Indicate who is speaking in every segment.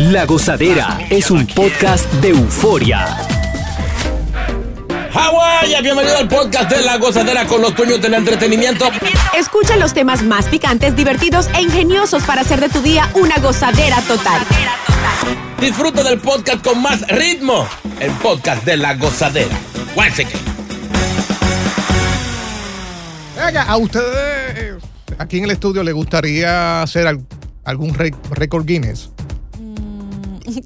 Speaker 1: La Gozadera es un podcast de euforia.
Speaker 2: Hawái, bienvenido al podcast de la gozadera con los dueños del entretenimiento.
Speaker 3: Escucha los temas más picantes, divertidos e ingeniosos para hacer de tu día una gozadera total.
Speaker 2: Disfruta del podcast con más ritmo. El podcast de la gozadera. Guáseque.
Speaker 4: Venga, a ustedes aquí en el estudio le gustaría hacer al- algún ré- récord Guinness,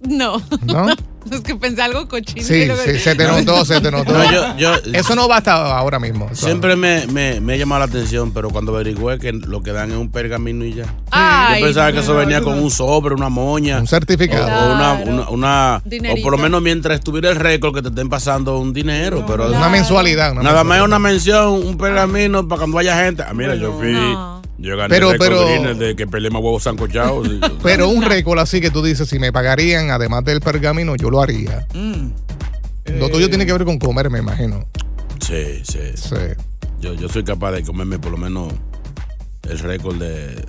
Speaker 5: No,
Speaker 4: ¿no?
Speaker 5: es que pensé algo cochino.
Speaker 4: Sí, sí, se te notó, se te notó.
Speaker 2: No, yo, yo
Speaker 4: Eso no basta ahora mismo. Eso-
Speaker 2: siempre me, me, me ha llamado la atención, pero cuando averigüé que lo que dan es un pergamino y ya.
Speaker 6: Ah,
Speaker 5: Ay,
Speaker 2: yo pensaba que
Speaker 5: no,
Speaker 2: eso venía
Speaker 5: no.
Speaker 2: con un sobre, una moña.
Speaker 4: Un
Speaker 2: o, o
Speaker 4: certificado.
Speaker 2: una,
Speaker 5: Claro.
Speaker 2: una, una- o
Speaker 5: Dinerito.
Speaker 2: por lo menos mientras estuviera el récord que te estén pasando un dinero, pero
Speaker 4: Una mensualidad. una
Speaker 2: nada más es
Speaker 4: mensualidad.
Speaker 2: una mención, un pergamino para cuando haya gente. Ah, mira, yo fui, yo gané
Speaker 4: Pero-
Speaker 2: el récord
Speaker 4: pero-
Speaker 2: Guinness de que peleé más huevos sancochados. y-
Speaker 4: Pero un récord así que tú dices, si me pagarían, además del pergamino, yo lo haría.
Speaker 2: Mm.
Speaker 4: Lo
Speaker 2: Eh.
Speaker 4: tuyo tiene que ver con comer, me imagino.
Speaker 2: Sí, sí.
Speaker 4: Sí.
Speaker 2: Yo, yo soy capaz de comerme por lo menos el récord de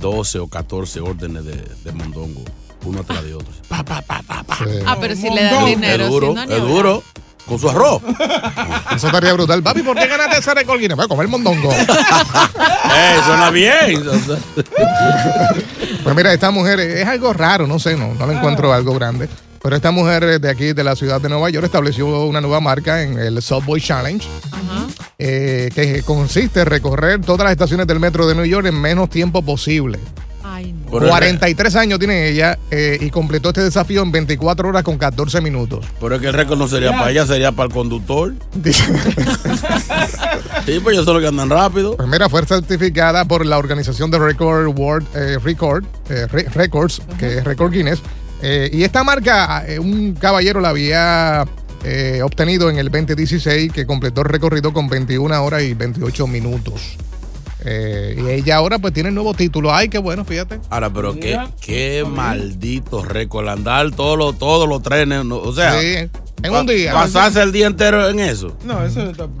Speaker 2: 12 o 14 órdenes de, de mondongo, uno atrás de otro.
Speaker 4: sí.
Speaker 5: Ah, pero si le dan
Speaker 2: No,
Speaker 5: dinero.
Speaker 2: es
Speaker 5: si
Speaker 2: duro,
Speaker 5: no, ni
Speaker 2: es
Speaker 5: hablar.
Speaker 2: duro. Con su arroz.
Speaker 4: Eso estaría brutal. Papi, ¿por qué ganaste ese récord Guinness? Voy a comer mondongo.
Speaker 2: ¡Eh, suena bien!
Speaker 4: Pues mira, esta mujer eh, es algo raro, no sé, no, no le encuentro
Speaker 2: Ah.
Speaker 4: algo grande. Pero esta mujer eh, de aquí, de la ciudad de Nueva York, estableció una nueva marca en el Subway Challenge, eh, que consiste en recorrer todas las estaciones del metro de Nueva York en menos tiempo posible.
Speaker 5: Ay, no.
Speaker 2: Por el-
Speaker 4: 43 años tiene ella eh, y completó este desafío en 24 horas con 14 minutos.
Speaker 2: Pero es que el récord no sería para ella, sería para el conductor. Sí, pues ellos son los que andan rápido.
Speaker 4: Pues mira, fue certificada por la organización de Record World eh, Record, eh, Re- Records, que es Record Guinness. Eh, y esta marca, eh, un caballero la había eh, obtenido en el 2016, que completó el recorrido con 21 horas y 28 minutos. Eh, y ella ahora pues tiene el nuevo título. Ay, qué bueno, fíjate.
Speaker 2: Ahora, pero qué, qué maldito récord. Andar todos los, todos los trenes. no, o sea,
Speaker 4: Sí, en un día.
Speaker 2: pasarse el día entero en eso.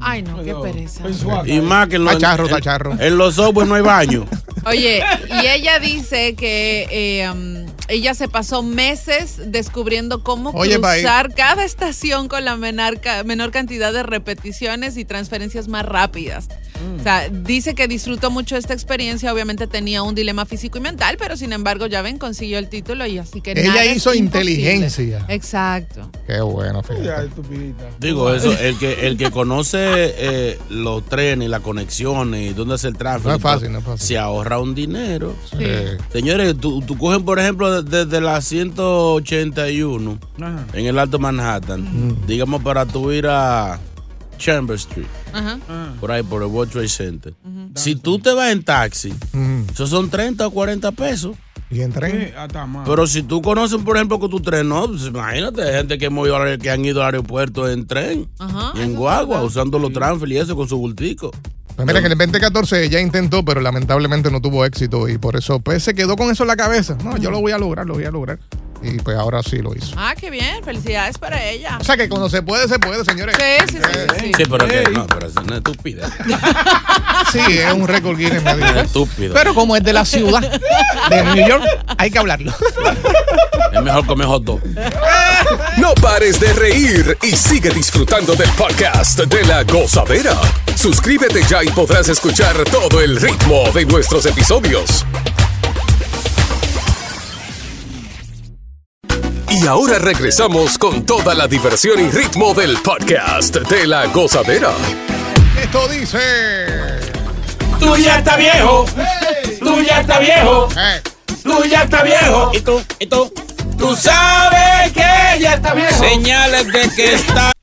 Speaker 5: Ay, no, qué pereza.
Speaker 2: Y más que en los,
Speaker 4: Está charro,
Speaker 2: en-
Speaker 4: está charro.
Speaker 2: en los software no hay baño.
Speaker 5: Oye, y ella dice que eh, um, ella se pasó meses descubriendo cómo
Speaker 4: Oye, pa' ahí.
Speaker 5: cruzar cada estación con la menor, ca- menor cantidad de repeticiones y transferencias más rápidas. O sea, dice que disfrutó mucho esta experiencia. Obviamente tenía un dilema físico y mental, pero sin embargo, ya ven, consiguió el título y así que
Speaker 4: Ella
Speaker 5: nada es
Speaker 4: hizo
Speaker 5: imposible.
Speaker 4: inteligencia.
Speaker 5: Exacto.
Speaker 4: Qué bueno, fíjate.
Speaker 2: Digo eso, el que, el que conoce eh, los trenes, las conexiones, y dónde hace el tráfico.
Speaker 4: No es fácil, no es fácil.
Speaker 2: Se ahorra un dinero.
Speaker 4: Eh,
Speaker 2: Señores, tú, tú cogen, por ejemplo, de- desde la 181 en el Alto Manhattan, digamos para tú ir a Chamber Street,
Speaker 5: Ajá.
Speaker 2: por ahí, por el World Trade Center. Si tú te vas en taxi,
Speaker 4: mm,
Speaker 2: eso son 30 o 40 pesos.
Speaker 4: y en tren.
Speaker 2: Pero si tú conoces, por ejemplo, que tu tren, no, pues imagínate, hay gente que, hemos ido al- que han ido al aeropuerto en tren
Speaker 5: Ajá,
Speaker 2: y en
Speaker 5: eso
Speaker 2: guagua, usando los transfer y eso con su bultico.
Speaker 4: Pues mira que en el 2014 ya intentó, pero lamentablemente no tuvo éxito y por eso pues, se quedó con eso en la cabeza. No, yo lo voy a lograr, lo voy a lograr. Y pues ahora sí lo hizo.
Speaker 5: Ah, qué bien. Felicidades para ella.
Speaker 4: O sea que cuando se puede, se puede, señores.
Speaker 5: Sí, sí, sí. sí, sí.
Speaker 2: Sí, pero que no, pero eso no es estúpido.
Speaker 4: Sí, es un récord Guinness, me dijo.
Speaker 2: Estúpido.
Speaker 7: Pero como es de la ciudad de New York, hay que hablarlo.
Speaker 2: Es mejor comer hot dog.
Speaker 8: No pares de reír y sigue disfrutando del podcast de la gozadera. Suscríbete ya y podrás escuchar todo el ritmo de nuestros episodios. Y ahora regresamos con toda la diversión y ritmo del podcast de la gozadera.
Speaker 4: Esto dice.
Speaker 9: Tú ya estás viejo. Tú ya estás viejo.
Speaker 4: Eh,
Speaker 9: Tú ya estás viejo. Y tú, y tú. Tú sabes que ya está viejo. Señales de que está.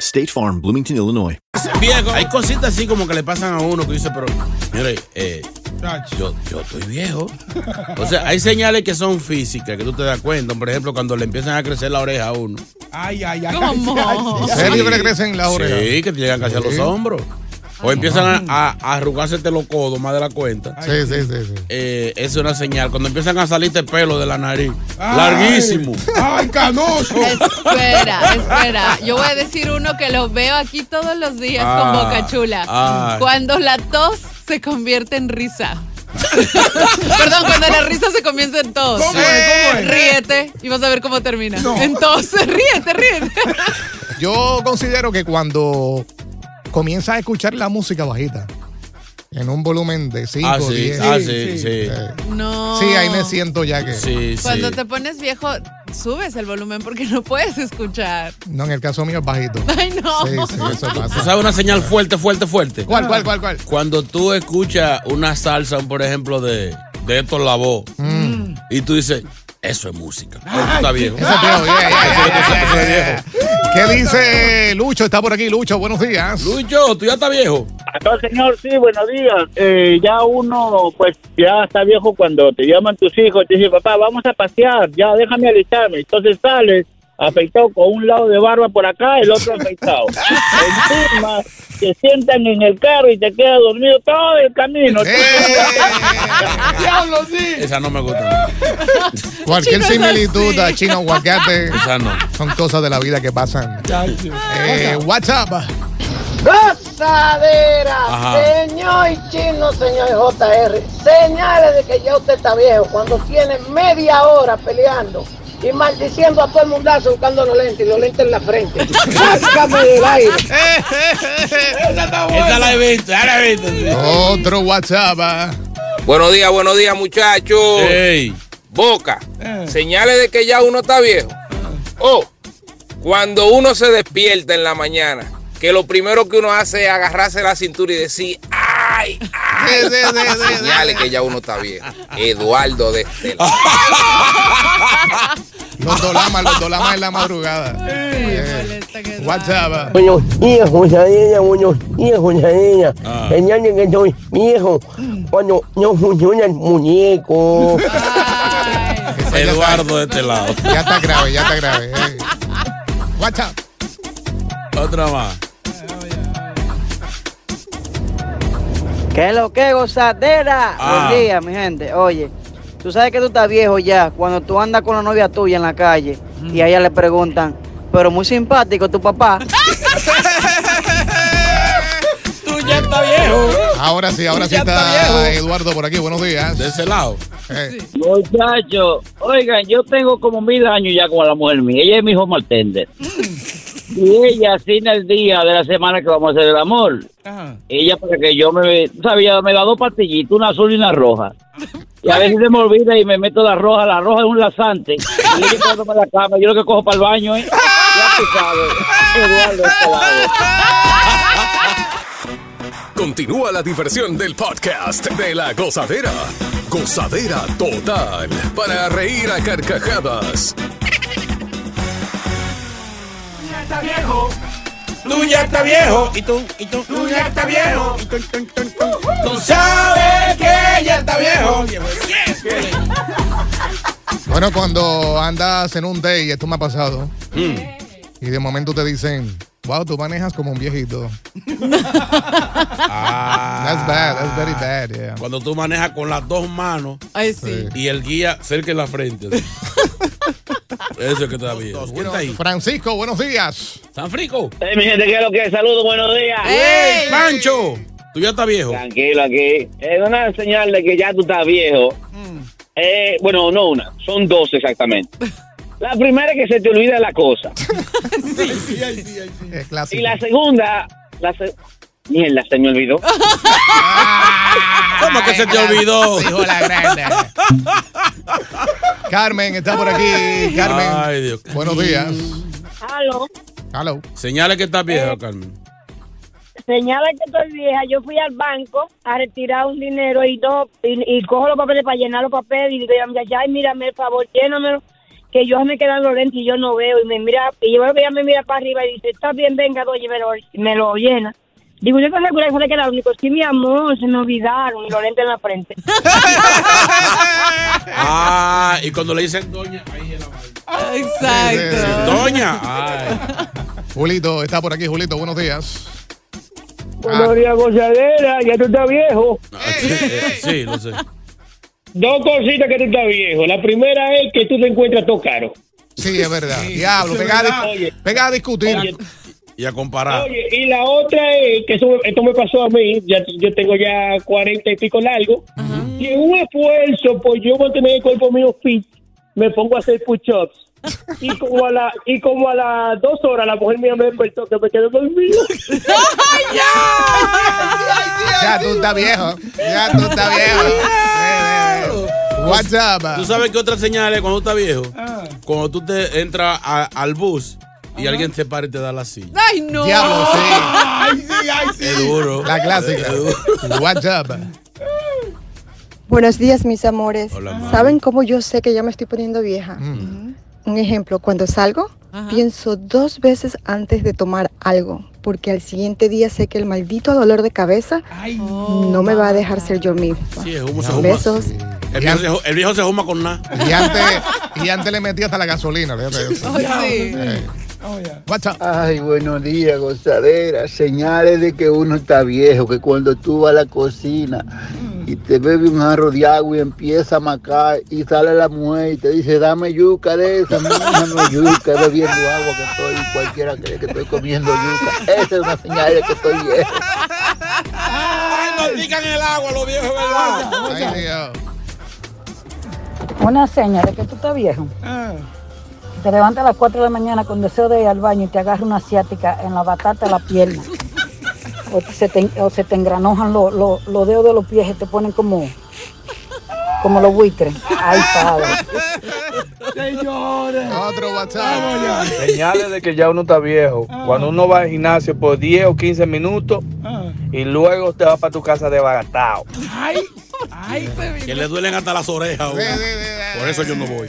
Speaker 10: State Farm, Bloomington, Illinois.
Speaker 2: Viejo, hay cositas así como que le pasan a uno que dice, pero, mire, eh, yo, yo estoy viejo. O
Speaker 4: Pues,
Speaker 2: sea, hay señales que son físicas, que tú te das cuenta. Por ejemplo, cuando le empiezan a crecer la oreja a uno.
Speaker 7: Ay, ay, ay.
Speaker 5: ¿Cómo?
Speaker 4: ¿En serio que le crecen las orejas?
Speaker 2: Sí, que te llegan casi a los
Speaker 4: Sí.
Speaker 2: hombros. O empiezan a, a arrugársete los codos más de la cuenta.
Speaker 4: Sí, sí, sí. sí.
Speaker 2: Eh, es una señal. Cuando empiezan a salirte pelo de la nariz. Larguísimo.
Speaker 7: Ay, canoso.
Speaker 5: Espera, espera. Yo voy a decir uno que lo veo aquí todos los días
Speaker 2: Ah,
Speaker 5: con boca chula.
Speaker 2: ah.
Speaker 5: Cuando la tos se convierte en risa. Perdón, cuando la risa se comienza en tos.
Speaker 7: ¿Cómo es? ¿Cómo es?
Speaker 5: Ríete y vas a ver cómo termina.
Speaker 7: No.
Speaker 5: Entonces, ríete, ríete.
Speaker 4: Yo considero que cuando comienzas a escuchar la música bajita, en un volumen de 5
Speaker 2: Ah,
Speaker 4: o
Speaker 2: sí,
Speaker 4: 10,
Speaker 2: ah,
Speaker 4: sí,
Speaker 2: sí, sí.
Speaker 5: No.
Speaker 4: ahí me siento ya que.
Speaker 2: Sí, sí.
Speaker 5: Cuando te pones viejo, subes el volumen porque no puedes escuchar.
Speaker 4: No, en el caso mío es bajito.
Speaker 5: Ay, no.
Speaker 4: Sí, sí, eso
Speaker 2: Tú
Speaker 4: pasa.
Speaker 2: sabes una señal fuerte, fuerte, fuerte.
Speaker 4: ¿Cuál, cuál, cuál, cuál?
Speaker 2: Cuando tú escuchas una salsa, por ejemplo, de, de Héctor Lavoe,
Speaker 4: Mm.
Speaker 2: y tú dices, eso es música. Porque tú estás viejo.
Speaker 4: Ese tío, yeah, yeah, yeah,
Speaker 2: Eso es
Speaker 4: yeah, yeah,
Speaker 2: viejo.
Speaker 4: yeah. ¿Qué dice Lucho? Está por aquí, Lucho. Buenos días.
Speaker 2: Lucho, tú ya estás viejo.
Speaker 9: Acá, señor, sí, buenos días. Eh, ya uno, pues, ya está viejo cuando te llaman tus hijos, te dicen, papá, vamos a pasear, ya déjame alistarme. Entonces sales afeitado con un lado de barba por acá, el otro afeitado. Encima te sientan en el carro y te quedas dormido todo el camino.
Speaker 4: ¡Eh!
Speaker 7: Diablo, sí.
Speaker 2: Esa no me gusta.
Speaker 4: Cualquier
Speaker 5: Chino es así.
Speaker 4: similitud a chino aguacate
Speaker 2: Esa no.
Speaker 4: son cosas de la vida que pasan. Eh, WhatsApp.
Speaker 2: Ajá.
Speaker 11: Señor chino, señor JR, señales de que ya usted está viejo cuando tiene media hora peleando y maldiciendo a todo el mundazo buscando los lentes y los lentes en la frente. Sácame del aire.
Speaker 2: Esa la he visto, ya la he visto. sí.
Speaker 4: Otro WhatsApp.
Speaker 12: Buenos días, buenos días, muchachos.
Speaker 2: Ey.
Speaker 12: Boca,
Speaker 4: Eh.
Speaker 12: señales de que ya uno está viejo. O cuando uno se despierta en la mañana, que lo primero que uno hace es agarrarse la cintura y decir, ¡ay!
Speaker 4: Sí, sí, sí, sí, sí.
Speaker 12: Señales que ya uno está viejo. Eduardo de Estela.
Speaker 4: Los dolamas, los dolamas en la madrugada. Eh, WhatsApp.
Speaker 11: Buenos días, Josadilla, buenos días, Josadilla.
Speaker 2: Ah.
Speaker 11: Señales de que soy viejo cuando no funciona el muñeco.
Speaker 2: Eduardo de este lado.
Speaker 4: Ya está grave, ya está grave. eh. WhatsApp.
Speaker 2: Otra más.
Speaker 11: ¿Qué es lo que gozadera?
Speaker 2: Ah.
Speaker 11: Buen día, mi gente. Oye, tú sabes que tú estás viejo ya cuando tú andas con la novia tuya en la calle y a ella le preguntan, pero muy simpático tu papá.
Speaker 9: Tú ya estás viejo.
Speaker 4: Ahora sí, ahora sí
Speaker 13: Ya está
Speaker 4: está
Speaker 13: viejo.
Speaker 4: Eduardo por aquí. Buenos días. Eh, De ese lado.
Speaker 13: Muchachos, oigan, yo tengo como mil años ya con la mujer mía. Ella es mi hijo maltender. Y ella asigna el día de la semana que vamos a hacer el amor. Ella para que yo me... tú sabes, ella me da dos pastillitas, una azul y una roja. Y a veces se me olvida y me meto la roja. La roja es un lazante. Y ella cuando me la cama, yo lo que cojo para el baño es... Ya tú sabes, este Eduardo Escobar.
Speaker 8: Continúa la diversión del podcast de la gozadera. Gozadera total para reír a carcajadas.
Speaker 13: Ya está viejo.
Speaker 2: Tú ya está viejo. Y tú, y tú,
Speaker 13: Tú ya está viejo.
Speaker 2: tú sabes que ya está viejo.
Speaker 4: Bueno, cuando andas en un day, esto me ha pasado,
Speaker 2: Mm.
Speaker 4: y de momento te dicen, wow, tú manejas como un viejito. That's bad, that's very bad, yeah.
Speaker 2: Ah. Cuando tú manejas con las dos manos
Speaker 5: Ay, sí.
Speaker 2: y el guía cerca de la frente. así. Eso es que está bien. ¿Quién está ahí?
Speaker 4: Francisco, buenos días.
Speaker 2: San Frico.
Speaker 14: Hey, mi gente, ¿qué es lo que es? Saludos, buenos días.
Speaker 2: ¡Ey, Pancho! Tú ya estás viejo.
Speaker 14: Tranquilo aquí. Es una señal de que ya tú estás viejo.
Speaker 2: Mm.
Speaker 14: Eh, bueno, no una, son dos exactamente. La primera es que se te olvida la cosa.
Speaker 4: Es
Speaker 14: Y
Speaker 4: clásico.
Speaker 14: la segunda, la se- mierda, se me olvidó.
Speaker 2: ¿Cómo que se te olvidó?
Speaker 4: Dijo la grande. Carmen está por aquí. Carmen.
Speaker 2: Ay, Dios.
Speaker 4: Buenos días.
Speaker 6: Aló,
Speaker 4: Hello.
Speaker 2: Señala que estás
Speaker 14: Eh.
Speaker 2: viejo, Carmen.
Speaker 6: señala que estoy vieja. Yo fui al banco a retirar un dinero y dos, y, y cojo los papeles para llenar los papeles y digo, ya, ya, ay, mírame, por favor, llénamelo, que yo me quedan los lentes y yo no veo. Y me mira, y yo veo que ella me mira para arriba y dice, está bien, venga, doy, y me lo, me lo llena. Digo, yo te aseguro que fue que era lo único. Sí, mi amor, se me olvidaron, y los lentes en la frente.
Speaker 2: Ah, y cuando le dicen doña, ahí es la vaina.
Speaker 5: Exacto.
Speaker 2: Doña. Ay.
Speaker 4: Julito está por aquí. Julito, buenos días.
Speaker 13: Buenos días, gozadera. Ya tú estás viejo.
Speaker 2: Sí, lo sé.
Speaker 13: Dos cositas que tú estás viejo. La primera es que tú te encuentras todo caro.
Speaker 4: Sí, es verdad. Diablo, pega a, dis- pega a discutir.
Speaker 2: Y a comparar.
Speaker 13: Oye, y la otra es que eso, esto me pasó a mí, ya, yo tengo ya cuarenta y pico largo, y en un esfuerzo por yo mantener el cuerpo mío fit, me pongo a hacer push-ups. Y como a la y como a las dos horas la mujer mía me despertó que me quedé dormido.
Speaker 4: Ya tú estás viejo. Ya tú estás viejo. Eh, eh, eh. What's up?
Speaker 2: ¿Tú sabes qué otra señal es cuando estás viejo?
Speaker 14: Ah.
Speaker 2: Cuando tú te entras a- al bus y alguien te para y te da la silla.
Speaker 5: Ay, no.
Speaker 4: Diablo, sí.
Speaker 5: Ay, sí, ay,
Speaker 2: Es duro.
Speaker 4: La clásica.
Speaker 2: Es duro.
Speaker 4: What's up?
Speaker 15: Buenos días, mis amores.
Speaker 2: Hola, ma.
Speaker 15: ¿Saben cómo yo sé que ya me estoy poniendo vieja? Un ejemplo, cuando salgo, pienso dos veces antes de tomar algo, porque al siguiente día sé que el maldito dolor de cabeza no me va a dejar ser yo misma.
Speaker 2: Sí, es humo, se juma.
Speaker 15: Besos.
Speaker 2: El viejo, se, ju- el viejo se juma con nada.
Speaker 4: Y antes, y antes le metí hasta la gasolina. fíjate eso. Eh,
Speaker 16: Ay, buenos días, gozadera. Señales de que uno está viejo, que cuando tú vas a la cocina y te bebe un jarro de agua y empieza a macar y sale la mujer y te dice, dame yuca de esa, dame yuca, bebiendo agua que estoy, cualquiera cree que estoy comiendo yuca. Esa es una señal de que estoy viejo.
Speaker 2: Ay, no pican el agua los viejos, ¿verdad?
Speaker 4: Ay, Dios.
Speaker 17: Una señal de que tú estás viejo. Te levantas a las 4 de la mañana con deseo de ir al baño y te agarra una asiática en la batata de la pierna. O se te, o se te engranojan lo- lo- los dedos de los pies y te ponen como, como los buitres. Ay, padre.
Speaker 4: Señores. Otro WhatsApp.
Speaker 18: Señales de que ya uno está viejo. Cuando uno va al gimnasio por 10 o 15 minutos y luego te va para tu casa desbaratado.
Speaker 2: Ay, ay. Que le duelen hasta las orejas. a uno. Por eso yo no voy.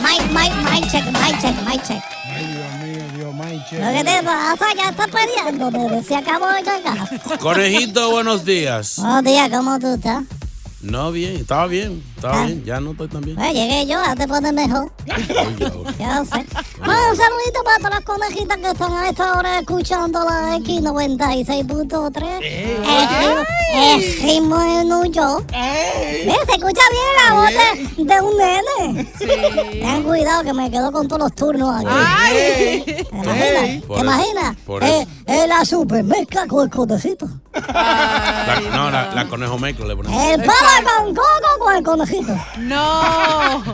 Speaker 19: Mike, Mike, Mike, check, Mike, check, Mike, check. Lo que te pasa ya está peleando, pero se acabó de llegar.
Speaker 2: Conejito, buenos días.
Speaker 19: Buenos días, ¿cómo tú estás?
Speaker 2: No, bien, estaba bien. Está bien, ya no estoy tan bien.
Speaker 19: Eh, llegué yo, ya te pones mejor. ya sé. Bueno, un saludito para todas las conejitas que están a esta hora escuchando la X96.3. El ritmo- el ritmo de New York. Mira, se escucha bien la voz de, de un nene. Ten cuidado que me quedo con todos los turnos aquí.
Speaker 5: Ay.
Speaker 19: ¿Te imaginas?
Speaker 2: Ey.
Speaker 19: ¿Te
Speaker 2: Por eso,
Speaker 19: imaginas?
Speaker 2: por
Speaker 19: Eh, eh, la supermezcla con el conejito.
Speaker 2: La- no, la, la conejo mecla le ponemos.
Speaker 19: El pavo con coco con el conejito. No.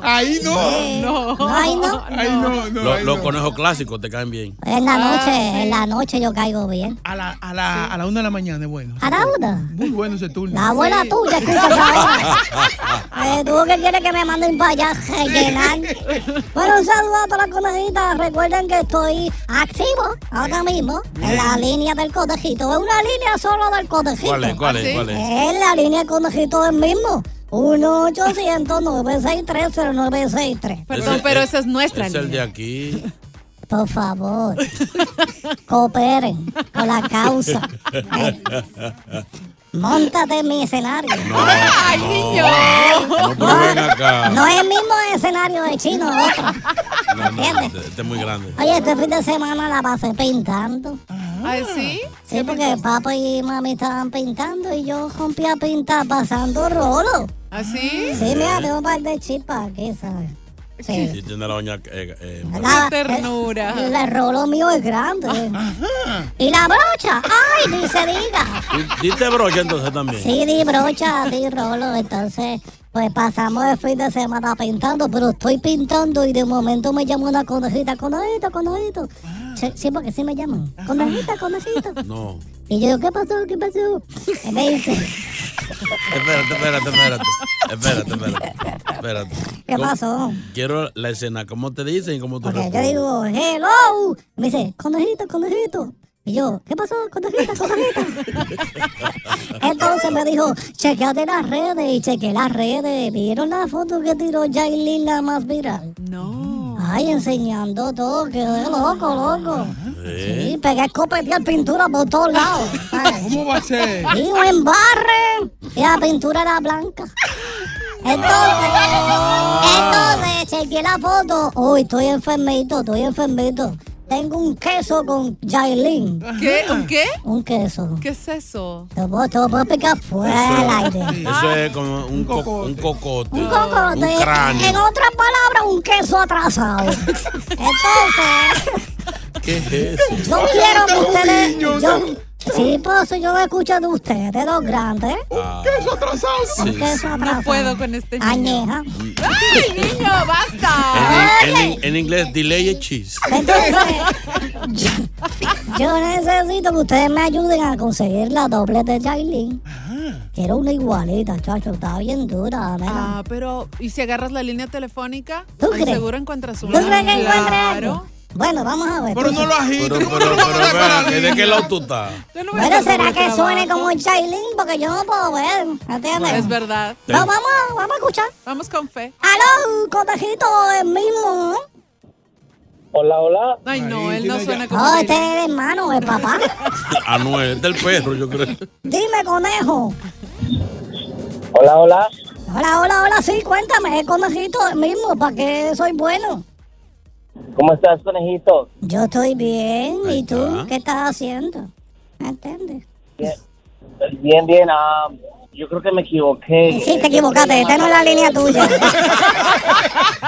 Speaker 7: Ahí
Speaker 19: no. No. Ahí no.
Speaker 7: Ay, no, no.
Speaker 2: Los
Speaker 7: ay,
Speaker 2: los
Speaker 7: no.
Speaker 2: conejos clásicos te caen bien.
Speaker 19: En la noche,
Speaker 7: Ah, sí.
Speaker 19: en la noche yo caigo bien.
Speaker 7: A la, a la, a la una de la mañana es bueno.
Speaker 19: ¿A la una?
Speaker 7: Muy bueno ese turno.
Speaker 19: La abuela
Speaker 7: Sí.
Speaker 19: tuya escucha esa Eh, ¿Tú qué quieres que me manden para allá a rellenar? Bueno, un saludo a todas las conejitas. Recuerden que estoy activo ahora mismo en la línea del conejito. Es una línea solo del conejito.
Speaker 2: ¿Cuál es? ¿Cuál es?
Speaker 5: Ah,
Speaker 19: Sí.
Speaker 2: ¿Cuál es?
Speaker 19: Es la línea del conejito del mismo. 1-800-963-0963.
Speaker 5: Perdón, pero esa es nuestra
Speaker 2: Es el
Speaker 5: línea.
Speaker 2: de aquí.
Speaker 19: Por favor, cooperen con la causa. Móntate en mi escenario.
Speaker 5: ¡Ay, niño!
Speaker 2: No, pero ven acá.
Speaker 19: No es el mismo escenario de chino, otro.
Speaker 2: No, no, este este es muy grande.
Speaker 19: Oye, este fin de semana la pasé pintando.
Speaker 5: ¿Ah, sí?
Speaker 19: Sí, porque papá y mami estaban pintando y yo rompí a pintar pasando rolo.
Speaker 5: ¿Ah, sí?
Speaker 19: Sí, mira, tengo un par de chispas aquí, ¿sabes? Sí.
Speaker 2: Sí, tiene la doña. eh, eh,
Speaker 19: La ternura. El, el rolo mío es grande. Y la brocha, ay, ni se diga.
Speaker 2: Di- Diste brocha entonces también.
Speaker 19: Sí, di brocha, di rolo. Entonces, pues pasamos el fin de semana pintando, pero estoy pintando y de momento me llama una conejita, conejito, conejito. Sí, sí, porque sí me llaman. Conejita, conejito.
Speaker 2: No.
Speaker 19: Y yo, ¿qué pasó? ¿Qué pasó? Y me dice,
Speaker 2: Espérate, espérate, espérate. Espérate, espérate. espérate.
Speaker 19: ¿qué
Speaker 2: ¿Cómo-
Speaker 19: pasó?
Speaker 2: Quiero la escena. ¿Cómo te dicen y cómo tú
Speaker 19: Yo
Speaker 2: respondes?
Speaker 19: digo, hello. Me dice, conejito, conejito. Y yo, ¿qué pasó? Conejita, conejita. Entonces me dijo, chequeate las redes y chequeé las redes. ¿Vieron la foto que tiró Jailin la más viral? No. Ay, enseñando todo, quedé loco, loco. Sí, pegué escopetear pintura por todos lados.
Speaker 7: ¿Cómo va a ser?
Speaker 19: Digo, embarre. Y la pintura era blanca. Entonces,
Speaker 2: Ah.
Speaker 19: entonces, chequeé la foto. Uy, estoy enfermito, estoy enfermito. Tengo un queso con Jailin.
Speaker 5: ¿Qué? ¿Un qué?
Speaker 19: Un queso.
Speaker 5: ¿Qué es eso?
Speaker 19: Te puedo, te lo puedo explicar fuera del aire.
Speaker 2: Eso es como un, co- un cocote.
Speaker 19: Un cocote.
Speaker 2: Un cráneo.
Speaker 19: En otras palabras, un queso atrasado. Entonces,
Speaker 2: ¿Qué es eso?
Speaker 19: yo quiero que ustedes. yo- sí, por eso yo lo escucho de ustedes, de los grandes.
Speaker 5: queso atrasado.
Speaker 19: Un queso atrasado.
Speaker 5: No puedo con este niño.
Speaker 19: Añeja.
Speaker 5: ¡Ay, niño, basta!
Speaker 2: En, en- en- en inglés, delay and cheese.
Speaker 19: Yo necesito que ustedes me ayuden a conseguir la doble de Jailin. Quiero una igualita, chacho. Está bien dura, nena.
Speaker 5: Ah, pero, ¿y si agarras la línea telefónica?
Speaker 19: ¿Tú
Speaker 5: Ay,
Speaker 19: crees?
Speaker 5: Seguro encuentras
Speaker 19: ¿Tú
Speaker 5: una.
Speaker 19: crees que encuentre
Speaker 5: pues, Claro.
Speaker 19: algo? Bueno, vamos a ver.
Speaker 7: Pero no lo agites.
Speaker 2: Pero, pero, pero, espérate, ¿de qué lado tú estás?
Speaker 19: Bueno, será que suene como Jailin porque yo no puedo ver. ¿Entiendes?
Speaker 5: Es verdad.
Speaker 19: No, vamos, a- vamos a escuchar.
Speaker 5: Vamos con fe.
Speaker 19: ¡Aló, conejito! El mismo. ¿eh?
Speaker 14: Hola, hola.
Speaker 5: Ay, no, él no suena como.
Speaker 19: Oh, este es el hermano, el papá.
Speaker 2: Anuel, es del perro, yo creo.
Speaker 19: Dime, conejo.
Speaker 14: Hola, hola.
Speaker 19: Hola, hola, hola, sí, cuéntame, el conejito el mismo, ¿para qué soy bueno?
Speaker 14: ¿Cómo estás, conejito?
Speaker 19: Yo estoy bien,
Speaker 14: Ahí
Speaker 19: ¿y tú
Speaker 14: está.
Speaker 19: qué estás haciendo? ¿Me entiendes?
Speaker 14: Bien, bien. ah, yo creo que me equivoqué.
Speaker 19: Sí, te equivocaste, esta no es la línea tuya.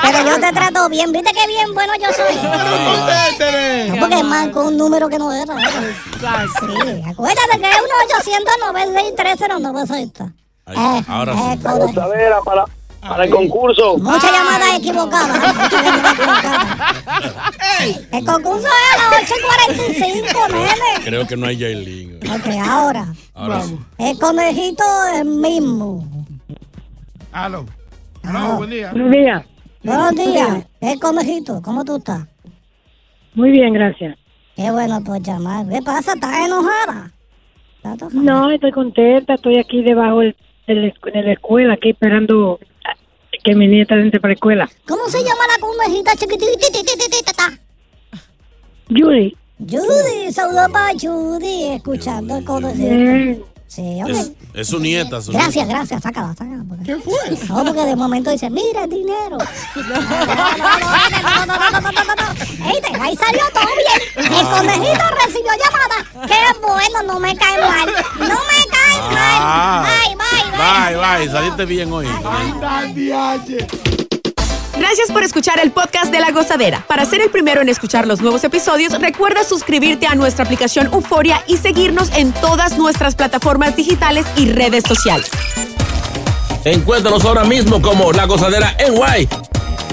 Speaker 19: Pero yo te trato bien, ¿viste qué bien bueno yo soy? No, porque es más con un número que no era. ¿eh? Sí, acuérdate que es 1-800-963-0960. Eh,
Speaker 14: Ahora
Speaker 19: sí.
Speaker 14: Era para, para el concurso.
Speaker 19: Muchas llamadas equivocadas. muchas llamadas equivocadas. El concurso es a las 8.45, nene.
Speaker 2: Creo que no hay Jailin.
Speaker 19: Ok, ahora.
Speaker 2: Ahora sí.
Speaker 19: El conejito es mismo.
Speaker 7: Aló.
Speaker 19: Ah.
Speaker 7: Aló, buen día.
Speaker 19: Buenos días. El conejito, ¿cómo tú estás?
Speaker 20: Muy bien, gracias.
Speaker 19: Qué bueno por llamar. ¿Qué pasa? ¿Estás enojada?
Speaker 20: No, estoy contenta, estoy aquí debajo del- del escu- de la escuela, aquí esperando a- que mi nieta entre para la escuela.
Speaker 19: ¿Cómo se llama la conejita chiquitita?
Speaker 20: Judy,
Speaker 19: Judy, saludos para Judy, escuchando el conejito.
Speaker 20: eh,
Speaker 19: Sí, ok.
Speaker 2: Es, es su nieta, su
Speaker 19: Gracias,
Speaker 2: nieta.
Speaker 19: gracias, sácala, sácala. Porque... ¿Qué fue? No, porque de momento dice, mira el dinero. No, no, no, no, no, no, no, no, no, no. Ey, te- ahí salió todo bien. El conejito recibió llamada. Qué bueno, no me cae mal. No me cae
Speaker 2: Ah.
Speaker 19: mal. Bye, bye, bye.
Speaker 2: Bye, bye, saliste bien hoy.
Speaker 21: Gracias por escuchar el podcast de La Gozadera. Para ser el primero en escuchar los nuevos episodios, recuerda suscribirte a nuestra aplicación Euforia y seguirnos en todas nuestras plataformas digitales y redes sociales.
Speaker 2: Encuéntranos ahora mismo como La Gozadera en Guay.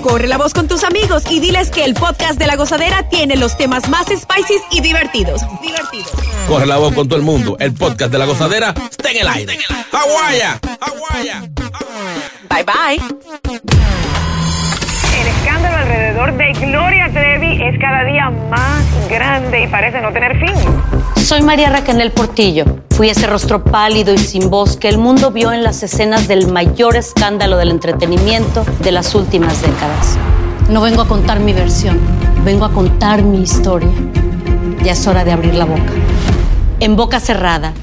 Speaker 21: Corre la voz con tus amigos y diles que el podcast de La Gozadera tiene los temas más spicy y divertidos. Divertidos.
Speaker 2: Corre la voz con todo el mundo. El podcast de La Gozadera está en el aire. ¡Aguaya!
Speaker 21: Bye bye.
Speaker 22: El escándalo alrededor de Gloria Trevi es cada día más grande y parece no tener fin.
Speaker 23: Soy María Raquel Portillo. Fui ese rostro pálido y sin voz que el mundo vio en las escenas del mayor escándalo del entretenimiento de las últimas décadas. No vengo a contar mi versión, vengo a contar mi historia. Ya es hora de abrir la boca. En boca cerrada.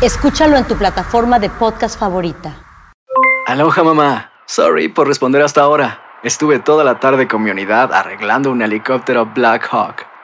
Speaker 23: Escúchalo en tu plataforma de podcast favorita.
Speaker 3: Aloha mamá. Sorry por responder hasta ahora. Estuve toda la tarde con mi unidad arreglando un helicóptero Black Hawk.